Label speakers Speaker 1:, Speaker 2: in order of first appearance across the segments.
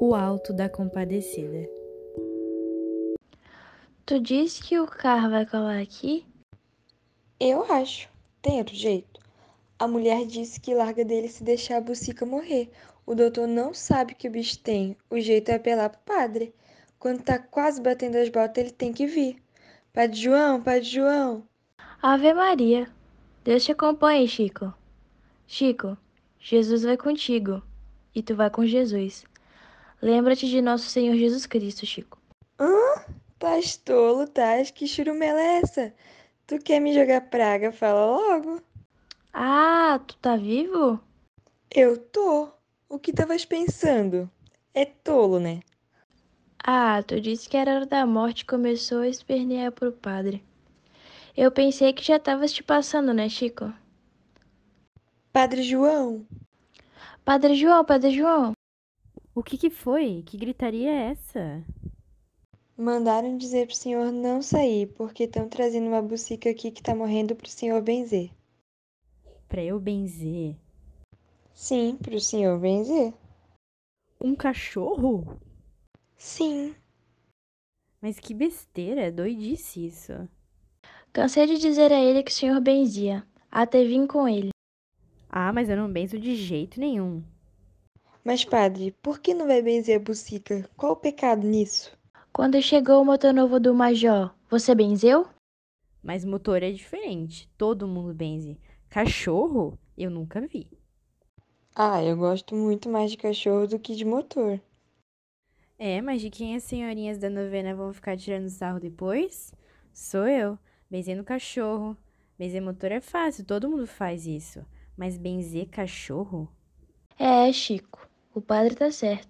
Speaker 1: O Alto da Compadecida.
Speaker 2: Tu disse que o carro vai colar aqui?
Speaker 3: Eu acho. Tem outro jeito. A mulher disse que larga dele se deixar a bucica morrer. O doutor não sabe que o bicho tem. O jeito é apelar pro padre. Quando tá quase batendo as botas, ele tem que vir. Padre João, Padre João.
Speaker 2: Ave Maria. Deus te acompanhe, Chico. Chico, Jesus vai contigo. E tu vai com Jesus. Lembra-te de nosso Senhor Jesus Cristo, Chico.
Speaker 3: Hã? Tás tolo, tás? Que churumela é essa? Tu quer me jogar praga? Fala logo.
Speaker 2: Ah, tu tá vivo?
Speaker 3: Eu tô. O que tavas pensando? É tolo, né?
Speaker 2: Ah, tu disse que era hora da morte e começou a espernear pro padre. Eu pensei que já tavas te passando, né, Chico?
Speaker 3: Padre João.
Speaker 2: Padre João, Padre João.
Speaker 1: O que que foi? Que gritaria é essa?
Speaker 3: Mandaram dizer pro senhor não sair, porque estão trazendo uma bucica aqui que tá morrendo pro senhor benzer.
Speaker 1: Pra eu benzer
Speaker 3: Sim, pro senhor benzer.
Speaker 1: um cachorro?
Speaker 3: Sim.
Speaker 1: Mas que besteira, é doidice isso.
Speaker 2: Cansei de dizer a ele que o Senhor benzia. Até vim com ele.
Speaker 1: Ah, mas eu não benzo de jeito nenhum.
Speaker 3: Mas, padre, por que não vai benzer a bucica? Qual o pecado nisso?
Speaker 2: Quando chegou o motor novo do Major, você benzeu?
Speaker 1: Mas motor é diferente, todo mundo benze. Cachorro, eu nunca vi.
Speaker 3: Ah, eu gosto muito mais de cachorro do que de motor.
Speaker 1: É, mas de quem as senhorinhas da novena vão ficar tirando sarro depois? Sou eu. Benzendo cachorro. Benzer motor é fácil, todo mundo faz isso. Mas benzer cachorro?
Speaker 2: É, Chico. O padre tá certo.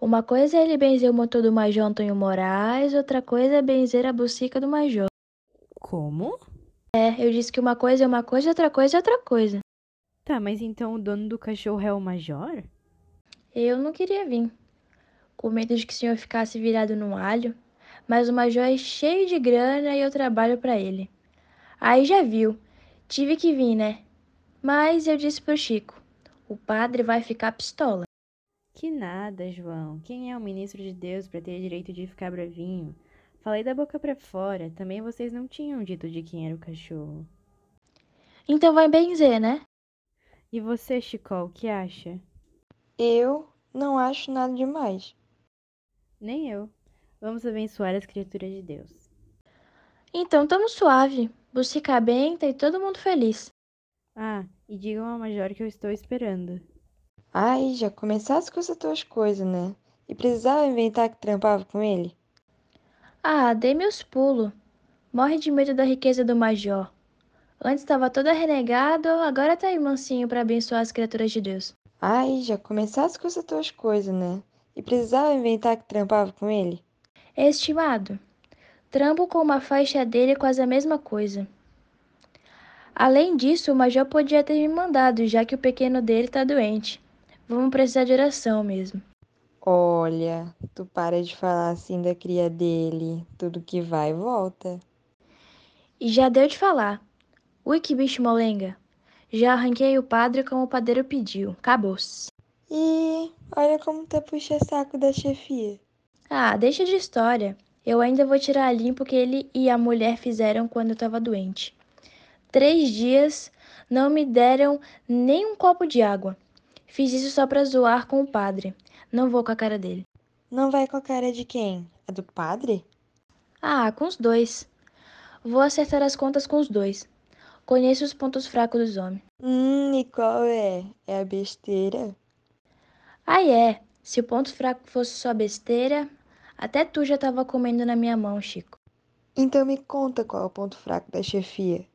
Speaker 2: Uma coisa é ele benzer o motor do Major Antônio Moraes, outra coisa é benzer a bucica do Major.
Speaker 1: Como?
Speaker 2: É, eu disse que uma coisa é uma coisa, outra coisa é outra coisa.
Speaker 1: Tá, mas então o dono do cachorro é o major?
Speaker 2: Eu não queria vir. Com medo de que o senhor ficasse virado num alho, mas o major é cheio de grana e eu trabalho pra ele. Aí já viu. Tive que vir, né? Mas eu disse pro Chico: o padre vai ficar pistola.
Speaker 1: Que nada, João. Quem é o ministro de Deus pra ter direito de ficar bravinho? Falei da boca pra fora, também vocês não tinham dito de quem era o cachorro.
Speaker 2: Então vai benzer, né?
Speaker 1: E você, Chicó, o que acha?
Speaker 3: Eu não acho nada demais.
Speaker 1: Nem eu. Vamos abençoar as criaturas de Deus.
Speaker 2: Então tamo suave. Bucica benta e todo mundo feliz.
Speaker 1: Ah, e digam ao major que eu estou esperando.
Speaker 3: Ai, já começasse com essas tuas coisas, né? E precisava inventar que trampava com ele?
Speaker 2: Ah, dei meus pulos. Morre de medo da riqueza do major. Antes estava toda renegado, agora tá aí mansinho pra abençoar as criaturas de Deus.
Speaker 3: Ai, já começasse com essas tuas coisas, né? E precisava inventar que trampava com ele?
Speaker 2: Estimado, trampo com uma faixa dele é quase a mesma coisa. Além disso, o major podia ter me mandado, já que o pequeno dele tá doente. Vamos precisar de oração mesmo.
Speaker 3: Olha, tu para de falar assim da cria dele. Tudo que vai, volta.
Speaker 2: E já deu de falar. Ui, que bicho molenga. Já arranquei o padre como o padeiro pediu. Acabou-se.
Speaker 3: E olha como tá puxa saco da chefia.
Speaker 2: Ah, deixa de história. Eu ainda vou tirar a limpo que ele e a mulher fizeram quando eu tava doente. Três dias não me deram nem um copo de água. Fiz isso só pra zoar com o padre. Não vou com a cara dele.
Speaker 3: Não vai com a cara de quem? A do padre?
Speaker 2: Ah, com os dois. Vou acertar as contas com os dois. Conheço os pontos fracos dos homens.
Speaker 3: Hum, e qual é? É a besteira?
Speaker 2: Aí é, se o ponto fraco fosse só besteira, até tu já tava comendo na minha mão, Chico.
Speaker 3: Então me conta qual é o ponto fraco da chefia.